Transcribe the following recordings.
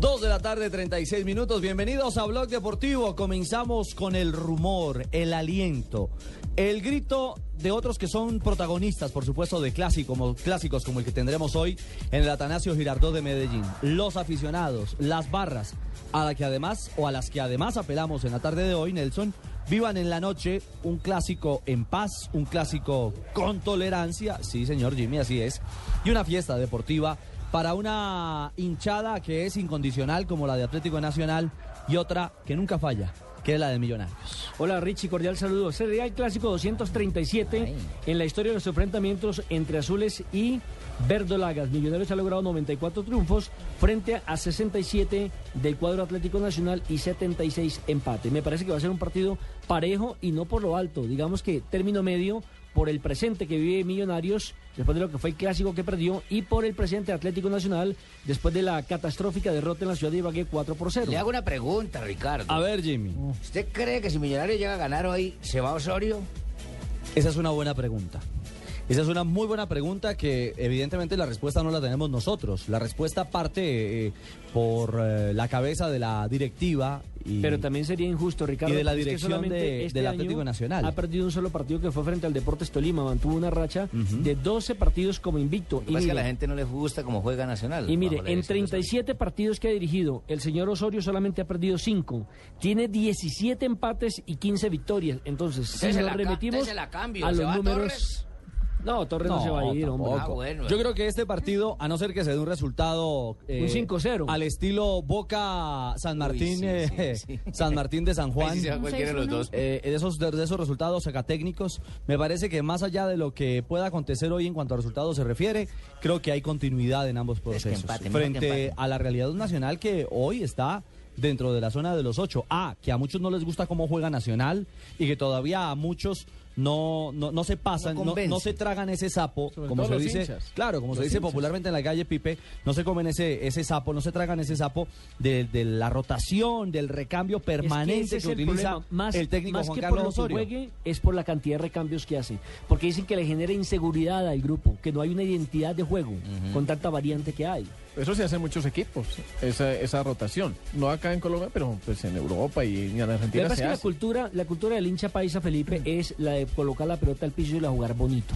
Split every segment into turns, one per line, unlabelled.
Dos de la tarde, 36 minutos. Bienvenidos a Blog Deportivo. Comenzamos con el rumor, el aliento, el grito de otros que son protagonistas, por supuesto, de clásico- como- clásicos como el que tendremos hoy en el Atanasio Girardot de Medellín. Los aficionados, las barras, a la que además o a las que además apelamos en la tarde de hoy, Nelson, vivan en la noche un clásico en paz, un clásico con tolerancia. Sí, señor Jimmy, así es. Y una fiesta deportiva para una hinchada que es incondicional como la de Atlético Nacional y otra que nunca falla, que es la de Millonarios.
Hola Richie, cordial saludo. Sería el clásico 237 en la historia de los enfrentamientos entre azules y verdolagas. Millonarios ha logrado 94 triunfos frente a 67 del cuadro Atlético Nacional y 76 empate. Me parece que va a ser un partido parejo y no por lo alto, digamos que término medio por el presente que vive Millonarios después de lo que fue el clásico que perdió y por el presente Atlético Nacional después de la catastrófica derrota en la ciudad de Ibagué 4 por 0.
Le hago una pregunta, Ricardo.
A ver, Jimmy,
¿Usted cree que si Millonarios llega a ganar hoy, se va Osorio?
esa es una buena pregunta. Esa es una muy buena pregunta que evidentemente la respuesta no la tenemos nosotros. La respuesta parte eh, por eh, la cabeza de la directiva y
Pero también sería injusto, Ricardo.
y de la
porque es que
dirección
solamente este
de- del
año
Atlético Nacional.
Ha perdido un solo partido que fue frente al Deportes Tolima. Mantuvo una racha de 12 partidos como invicto.
Lo que pasa es que a la gente no le gusta cómo juega Nacional.
Y mire,
bajo la
en
dirección de
37 partidos que ha dirigido, el señor Osorio solamente ha perdido 5. Tiene 17 empates y 15 victorias. Entonces, si
Désela
nos
ca-
remitimos
désela a cambio,
a
¿se
los
va
números...
Torres?
No, Torres no, se va a ir, hombre.
tampoco. Ah, bueno.
Yo creo que este partido, a no ser que se dé un resultado eh,
Un 5-0.
al estilo Boca San Martín,
sí,
eh,
sí, sí.
San Martín de San
Osorio.
Juan.
Ahí sí se va cualquiera de los dos.
Eh, de, esos, de, de esos resultados sacatécnicos, me parece que más allá de lo que pueda acontecer hoy en cuanto a resultados se refiere, creo que hay continuidad en ambos procesos.
empate, mejor
frente
que empate.
a la realidad de un nacional que hoy está dentro de la zona de los ocho. Ah, que a muchos no les gusta cómo juega Nacional y que todavía a muchos no, no, no se pasan,
No
no, no
convence.
se tragan ese sapo,
Sobre
como
todo
se
los
dice,
hinchas.
claro, como se dice popularmente en la calle Pipe, no se comen ese, ese sapo, no se tragan ese sapo de, de la rotación, del recambio
Es que
permanente
ese
que,
es el
utiliza
problema. más,
el técnico
más
Juan
que
Carlos
por lo que
Osorio.
juegue, es por la cantidad de recambios que hace. Porque dicen que le genera inseguridad al grupo, que no hay una identidad de juego con tanta variante que hay.
Eso se hace en muchos equipos, esa, esa rotación. No acá en Colombia, pero pues en Europa y en
Lo que
Argentina
pasa
se
es que la
hace.
cultura, la cultura del hincha paisa Felipe es la de colocar la pelota al piso y la jugar bonito.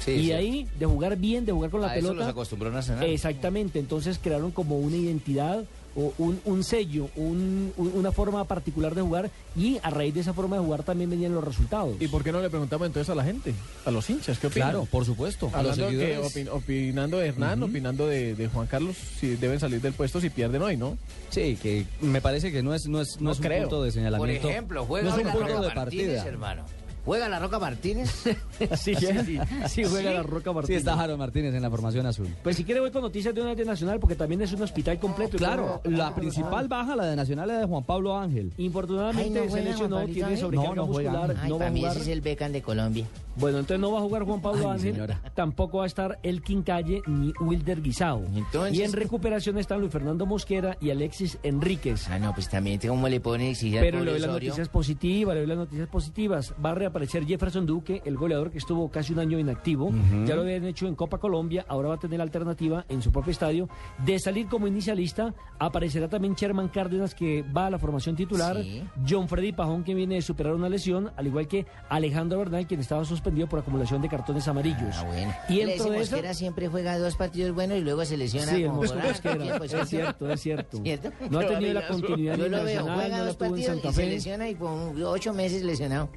Sí,
y
sí.
de ahí, de jugar bien, de jugar con la
A eso
pelota.
los acostumbró Nacional.
Exactamente, entonces crearon como una identidad o un, un sello, un- un- una forma particular de jugar y a raíz de esa forma de jugar también venían los resultados.
¿Y por qué no le preguntamos entonces a la gente, a los hinchas, qué opinan?
Claro, por supuesto. A los
Hablando que
seguidores.
opin- opinando de Hernán, opinando de, de Juan Carlos, si deben salir del puesto si pierden hoy, ¿no?
Sí, que me parece que no es, no es, no
No
es un
creo.
punto de
Por
señalamiento.
ejemplo, juega
no es un
la
punto
Roca
de
Martínez,
partida.
hermano. Juega la Roca Martínez.
sí, sí, sí, sí, juega la Roca
¿eh? Sí,
Martínez.
está Jaro Martínez en la formación azul.
Pues si quiere voy con noticias de una de Nacional porque también es un hospital completo.
Claro, la principal baja, la de Nacional, es de Juan Pablo Ángel.
Infortunadamente
Ay, no
se
juega,
lesionó,
Juan
tiene
Pablito,
sobrecarga
¿eh? No, no juega.
muscular,
Ay,
no va
para
a
mí
jugar.
ese es el Beckham de Colombia.
Bueno, entonces no va a jugar Juan Pablo
Ay,
Ángel,
señora.
tampoco va a estar Elkin Calle ni Wilder Guisao.
Entonces-
Y en recuperación están Luis Fernando Mosquera y Alexis Enríquez.
Ah, no, pues también, ¿cómo le pone exigencia al
Pero le doy
pobre
las
Osorio?
noticias positivas, le doy las noticias positivas. Va a reaparecer Jefferson Duque, el goleador que estuvo casi un año inactivo. Ya lo habían hecho en Copa Colombia, ahora va a tener la alternativa en su propio estadio. De salir como inicialista, aparecerá también Sherman Cárdenas, que va a la formación titular.
Sí.
John Freddy Pajón, que viene de superar una lesión, al igual que Alejandro Bernal, quien estaba suspendido por acumulación de cartones amarillos.
Ah, bueno.
Y
Pero ese
dentro de eso-
Mosquera siempre juega dos partidos buenos y luego se lesiona.
Sí, el
como
Mosquera
volante, Pues
Mosquera.
tiempo,
Es cierto, es cierto.
¿Cierto?
No ha tenido la continuidad
Yo
ni
lo veo,
nacional,
juega
no la
dos
tuvo en
partidos
Santa
y se
Fe.
lesiona y como ocho meses lesionado.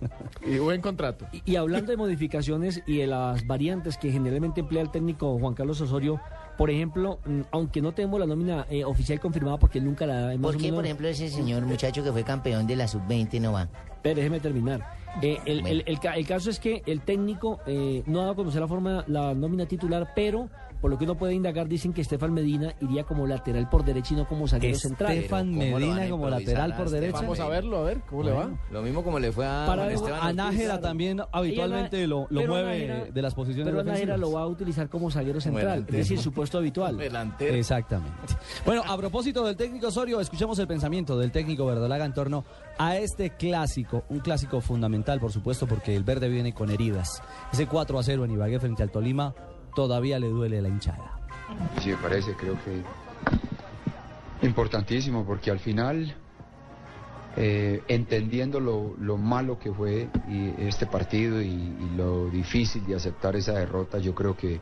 Y buen contrato.
Y, y hablando de modificaciones y de las variantes que generalmente emplea el técnico Juan Carlos Osorio, Por ejemplo, mm, aunque no tenemos la nómina eh, oficial confirmada porque nunca la hemos
¿Por qué, por ejemplo, ese señor muchacho que fue campeón de la sub-20 no va?
Pero déjeme terminar. Eh, el,
Bueno.
el- el ca- el caso es que el técnico eh, no ha dado a conocer la forma, la nómina titular, pero por lo que uno puede indagar, dicen que Estefan Medina iría como lateral por derecha y no como zaguero central.
Estefan
Pero, ¿cómo lo van a
Medina como
improvisar
lateral
a
por
Estefan?
derecha.
Vamos a verlo, a ver cómo le va.
Lo mismo como le fue a
Para
Juan
algo,
Esteban
A
Ortiz.
Nájera también habitualmente
Ella-
lo, lo
pero
mueve
Nájera-
de las posiciones
Pero Nájera
defensivas.
lo va a utilizar como zaguero central,
delantero.
es decir, su puesto habitual.
Delantero.
Exactamente. Bueno, a propósito del técnico Osorio, escuchemos el pensamiento del técnico verdolaga en torno a este clásico, un clásico fundamental, por supuesto, porque el verde viene con heridas. Ese 4 a 0 en Ibagué frente al Tolima todavía le duele la hinchada.
Sí, me parece, creo que importantísimo, porque al final, eh, entendiendo lo, lo malo que fue y este partido y, y lo difícil de aceptar esa derrota, yo creo que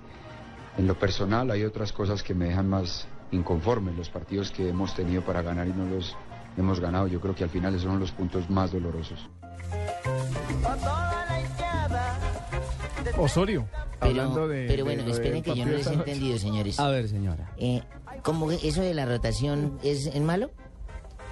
en lo personal hay otras cosas que me dejan más inconforme, los partidos que hemos tenido para ganar y no los hemos ganado, yo creo que al final esos son los puntos más dolorosos.
Osorio.
Pero,
hablando de.
pero bueno,
de lo del
esperen que yo no
partido
les he
esta noche.
entendido, señores.
A ver, señora.
Eh, ¿Cómo que eso de la rotación es es malo?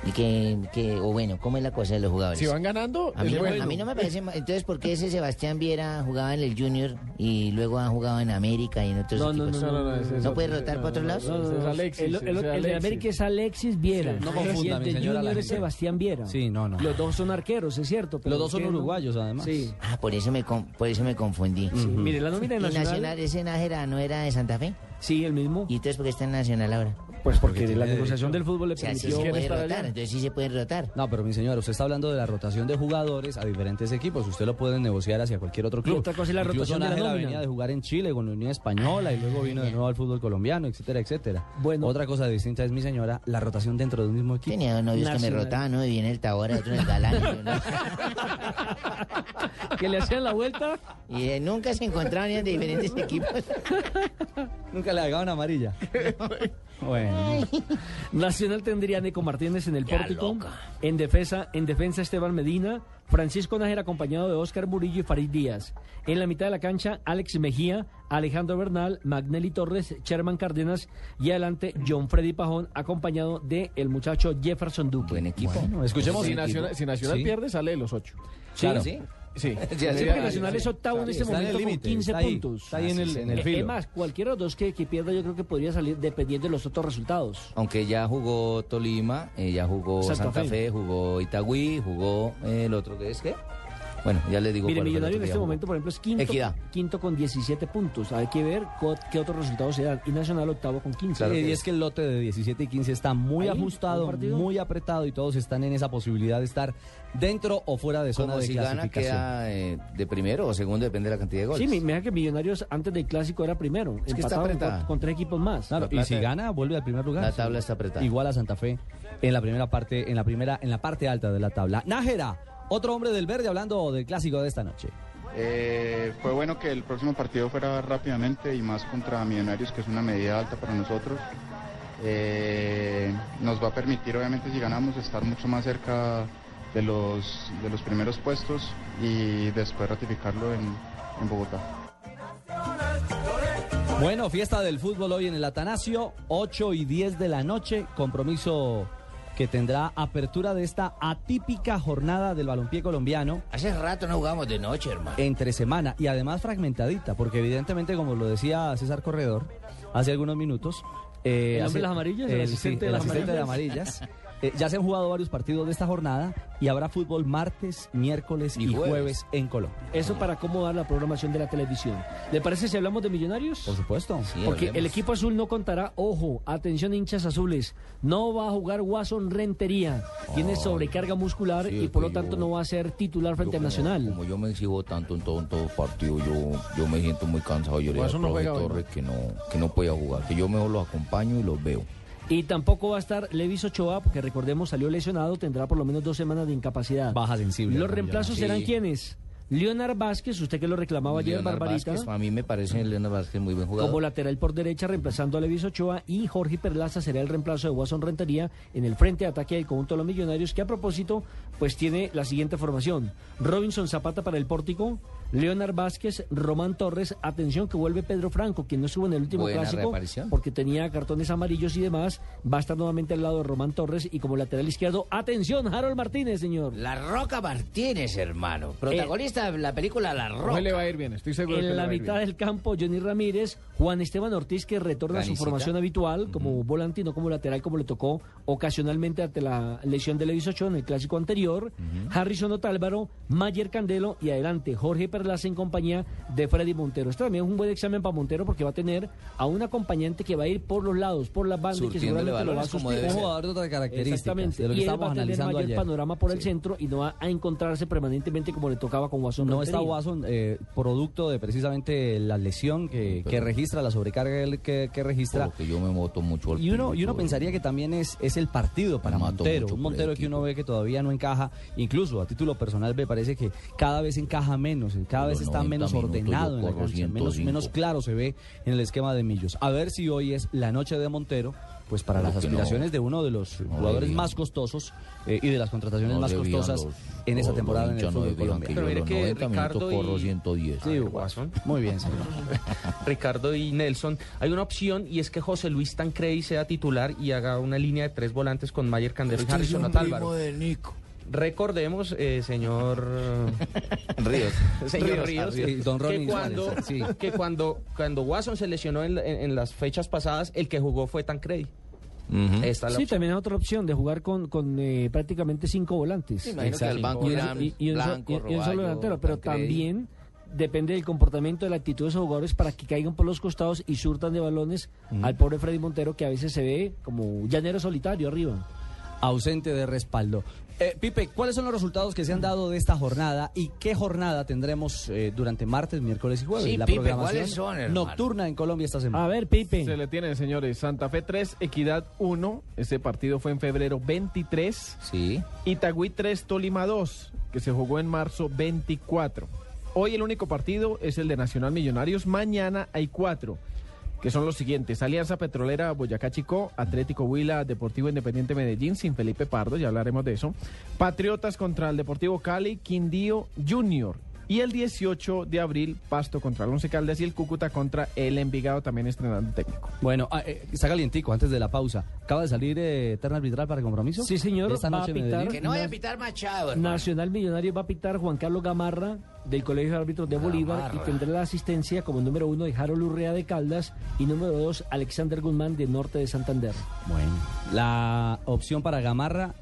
Y que, que- o bueno, ¿cómo es la cosa de los
Pues,
jugadores?
Si van ganando,
A mí,
es
no,
bueno.
a mí no me parece mal. Entonces, ¿por qué ese Sebastián Viera jugaba en el Junior y luego ha jugado en América y en otros
No, no,
equipos?
no, no, no,
ese es
¿No puede
otro-
rotar
no,
para otros
no,
lados?
no, no, es Alexis,
el, el-
ese
el de
Alexis.
América es Alexis Viera.
Sí, no
y
confunda,
el
mi
de
señora, la
Junior es
gente.
Sebastián Viera.
Sí, no, no.
Los dos son arqueros, es cierto. pero
Los dos son
¿qué no?
uruguayos, además. Mm.
Sí.
Ah, por eso me, con- por eso me confundí.
Sí, Mire, la nómina
¿Y
de nacional,
Nacional, ese Nájera no era de Santa Fe?
Sí, el mismo.
¿Y entonces por qué está en Nacional ahora?
Pues porque,
tiene
la
derecho.
negociación del fútbol le
O sea, sí
permitió.
se
quiere
puede
estar
rotar,
allá.
entonces sí se puede rotar.
No, pero mi señora, usted está hablando de la rotación de jugadores a diferentes equipos. Usted lo puede negociar hacia cualquier otro club.
Y otra cosa es la
Incluso
rotación de la
Nájera
nómina. Ah,
venía de jugar en Chile con la Unión Española y luego vino de nuevo al fútbol colombiano, etcétera, etcétera.
Bueno.
Otra cosa distinta es, mi señora, la rotación dentro de un mismo equipo.
Tenía dos novios que
Nacional.
me rotaban, uno vivía en el Tabora, otro en el Galán. ¿no?
que le hacían la vuelta.
Y eh, nunca se encontraban eran de diferentes equipos.
Nunca le pagaban amarilla. bueno.
Nacional tendría a Nico Martínez en el
Ya
pórtico.
loca.
En defensa, en defensa Esteban Medina, Francisco Nájera acompañado de Óscar Murillo y Farid Díaz. En la mitad de la cancha, Alex Mejía, Alejandro Bernal, Magnelli Torres, Sherman Cárdenas y adelante John Freddy Pajón acompañado de el muchacho Jefferson Duque.
Buen equipo.
Escuchemos
Si Nacional, si Nacional
Sí.
pierde, sale de los ocho.
Sí,
Claro.
sí,
Sí.
Ya, sí,
porque Nacional
sí.
es octavo en este
Está en
momento
el
con
límite,
15
está ahí,
puntos.
está ahí en el- en el
Eh,
filo.
Es más, cualquiera de los dos que, que pierda yo creo que podría salir dependiendo de los otros resultados.
Aunque ya jugó Tolima, eh, ya jugó
Santa
Santa,
Fe.
Fe. jugó Itagüí, jugó eh, el otro que es qué. Bueno, ya les digo.
Mire,
cuál fue el
Millonario en
otro que
este
ya jugó.
momento, por ejemplo, es quinto,
Equidad.
quinto con 17 puntos. Hay que ver co- qué otros resultados se dan. Y Nacional octavo con 15.
Sí, y es que el lote de 17 y 15 está muy
Ahí,
ajustado,
buen partido.
muy apretado y todos están en esa posibilidad de estar dentro o fuera de zona
Como
de
si gana
clasificación.
queda eh, de primero o segundo, depende de la cantidad de goles.
Sí, me imagino que Millonarios antes del clásico era primero.
Es que está
empatado con,
apretada.
cuatro- con tres equipos más.
Claro,
La
y si
plata-
gana vuelve al primer lugar.
La tabla está apretada.
Igual a Santa Fe en la primera parte, en la primera, en la parte alta de la tabla. Nájera, otro hombre del verde hablando del clásico de esta noche.
Eh, fue bueno que el próximo partido fuera rápidamente y más contra Millonarios, que es una medida alta para nosotros. Eh, nos va a permitir, obviamente, si ganamos, estar mucho más cerca de los, de los primeros puestos y después ratificarlo en, en Bogotá.
Bueno, fiesta del fútbol hoy en el Atanasio, 8 y 10 de la noche, compromiso que tendrá apertura de esta atípica jornada del balompié colombiano
Hace rato no jugamos de noche, hermano.
entre semana y además fragmentadita, porque evidentemente, como lo decía César Corredor hace algunos minutos, eh,
¿El hombre
hace-
de las amarillas? ¿El asistente de
el
las
asistente de amarillas. eh, ya se han jugado varios partidos de esta jornada y habrá fútbol martes, miércoles y,
Y jueves.
jueves en Colombia.
Eso para acomodar la programación de la televisión. ¿Le parece si hablamos de Millonarios?
Por supuesto.
Sí,
Porque el
hablemos.
equipo azul no contará, ojo, atención hinchas azules, no va a jugar Watson Rentería. Tiene sobrecarga muscular
sí,
y por lo
que
tanto
yo-
no va a ser titular frente
Yo
a
como-
Nacional.
Como yo me exijo tanto en todo, en todo partido, yo, yo me siento muy cansado. Yo le dije
Por eso
al
no
profe
juega hoy, ¿no?
Torres que no, que no podía jugar, que yo mejor los acompaño y los veo.
Y tampoco va a estar Levis Ochoa, porque recordemos salió lesionado, tendrá por lo menos dos semanas de incapacidad.
Baja sensible.
Los
Ramiro.
reemplazos
Sí.
serán quienes? Leonard Vázquez, usted que lo reclamaba ayer,
Leonard
Barbarita.
Vázquez, a mí me parece Leonard Vázquez muy buen jugador.
Como lateral por derecha, reemplazando a Levis Ochoa y Jorge Perlaza será el reemplazo de Watson Rentería en el frente de ataque del conjunto de los millonarios, que a propósito, pues tiene la siguiente formación. Robinson Zapata para el pórtico, Leonard Vázquez, Román Torres, atención que vuelve Pedro Franco, quien no estuvo en el último
Buena
clásico
reaparición.
porque tenía cartones amarillos y demás, va a estar nuevamente al lado de Román Torres y como lateral izquierdo, atención, Harold Martínez, señor.
La Roca Martínez,
Eh.
hermano. Protagonista de la película La Roca.
Hoy le va a ir bien, estoy seguro que
En
le va
la
a ir
mitad
bien.
del campo, Johnny Ramírez, Juan Esteban Ortiz, que retorna a su
Canicita.
formación habitual como volante y no como lateral, como le tocó ocasionalmente ante la lesión de Levis Ochoa en el clásico anterior. Harrison Otálvaro, Mayer Candelo y adelante Jorge Perlaza en compañía de Freddy Montero. Este también es un buen examen para Montero porque va a tener a un acompañante que va a ir por los lados, por las bandas y que
Surtiéndole
seguramente lo va a
balones como
sustituir.
debe
Un
ser.
jugador de otras características,
Exactamente.
de lo que
y él va
estábamos
a tener
analizando
mayor
ayer.
panorama por el centro y no va a encontrarse permanentemente como le tocaba con Guasón.
No está
Rentería.
Watson, eh, producto de precisamente la lesión que, que registra, la sobrecarga que- que, que
Por
registra.
lo que yo me moto mucho. al
Y uno, y
público,
uno pensaría que también es, es el partido para
Me mato
Montero.
mucho
Un
por el
Montero que
equipo.
uno ve que todavía no encaja. Incluso a título personal me parece que cada vez encaja menos, cada
Los
vez está
90
menos
minutos
ordenado
yo
en la
corro
cancha, menos,
105.
menos claro se ve en el esquema de Millos. A ver si hoy es la noche de Montero. Pues para las
Porque no-
aspiraciones de uno de los jugadores
debían.
más costosos eh, y de las contrataciones
no
más
debían
costosas
los-
en esta
los
temporada en el
hinchas no
fútbol
debían
colombiano.
yo
Pero mire
los
que
90 minutos
Ricardo y-
corro 110.
Sí, Guasón.
Muy bien, señor.
Ricardo y Nelson, hay una opción y es que José Luis Tancredi sea titular y haga una línea de tres volantes con Mayer Candelo y Harrison Otálvaro. Recordemos, eh, señor
Ríos.
señor
Ríos,
Ríos,
ah, Ríos. Don
que,
Ronnie
cuando,
Suárez, sí.
que cuando cuando Watson se lesionó en, la- en- en las fechas pasadas, el que jugó fue Tancredi. Esta es la
Sí,
opción.
también es otra opción de jugar con, con eh, prácticamente cinco volantes.
Me imagino que al banco
Y un-
irán
y- y un so-
Blanco,
y- y un solo
Roballo,
delantero, pero
Tancredi.
también depende del comportamiento, de la actitud de esos jugadores para que caigan por los costados y surtan de balones al pobre Freddy Montero que a veces se ve como llanero solitario arriba.
ausente de respaldo. Eh, Pipe, ¿cuáles son los resultados que se han dado de esta jornada y qué jornada tendremos eh, durante martes, miércoles y jueves?
Sí,
la
Pipe,
programación
¿cuáles son, hermano?
nocturna en Colombia esta semana.
A ver, Pipe.
Se le tienen, señores. Santa Fe 3, Equidad 1. Ese partido fue en febrero 23.
Sí.
Itagüí 3, Tolima 2, que se jugó en marzo 24. Hoy el único partido es el de Nacional Millonarios. Mañana hay cuatro, que son los siguientes. Alianza Petrolera Boyacá Chico, Atlético Huila, Deportivo Independiente Medellín, sin Felipe Pardo, ya hablaremos de eso. Patriotas contra el Deportivo Cali, Quindío Junior. Y el 18 de abril, Pasto contra el Once Caldas y el Cúcuta contra el Envigado, también estrenando técnico.
Bueno, ah, eh, está calientico antes de la pausa. Acaba de salir eh, terna arbitral para compromiso.
Sí, señor,
Esta
va
noche
a
en
pitar.
Medellín.
Que no vaya a pitar Machado, hermano.
Nacional Millonario va a pitar Juan Carlos Gamarra del Colegio de Árbitros de Bolívar
Gamarra.
y tendrá la asistencia como número uno de Harold Urrea de Caldas y número dos Alexander Guzmán de Norte de Santander.
Bueno, la opción para Gamarra,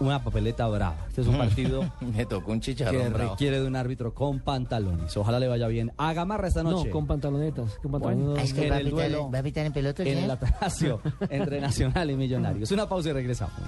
una papeleta brava. Este es
Mm.
un partido
Me tocó un
que
chicharrón, bravo.
requiere de un árbitro con pantalones. Ojalá le vaya bien a Gamarra esta noche.
No, con pantalonetas. Con pantalonetas.
Ah, es que
En
va a,
el
pitar,
duelo.
va a pitar en ¿eh? pelota.
en
¿sí?
el Atanasio entre Nacional y Millonarios. Una pausa y regresamos.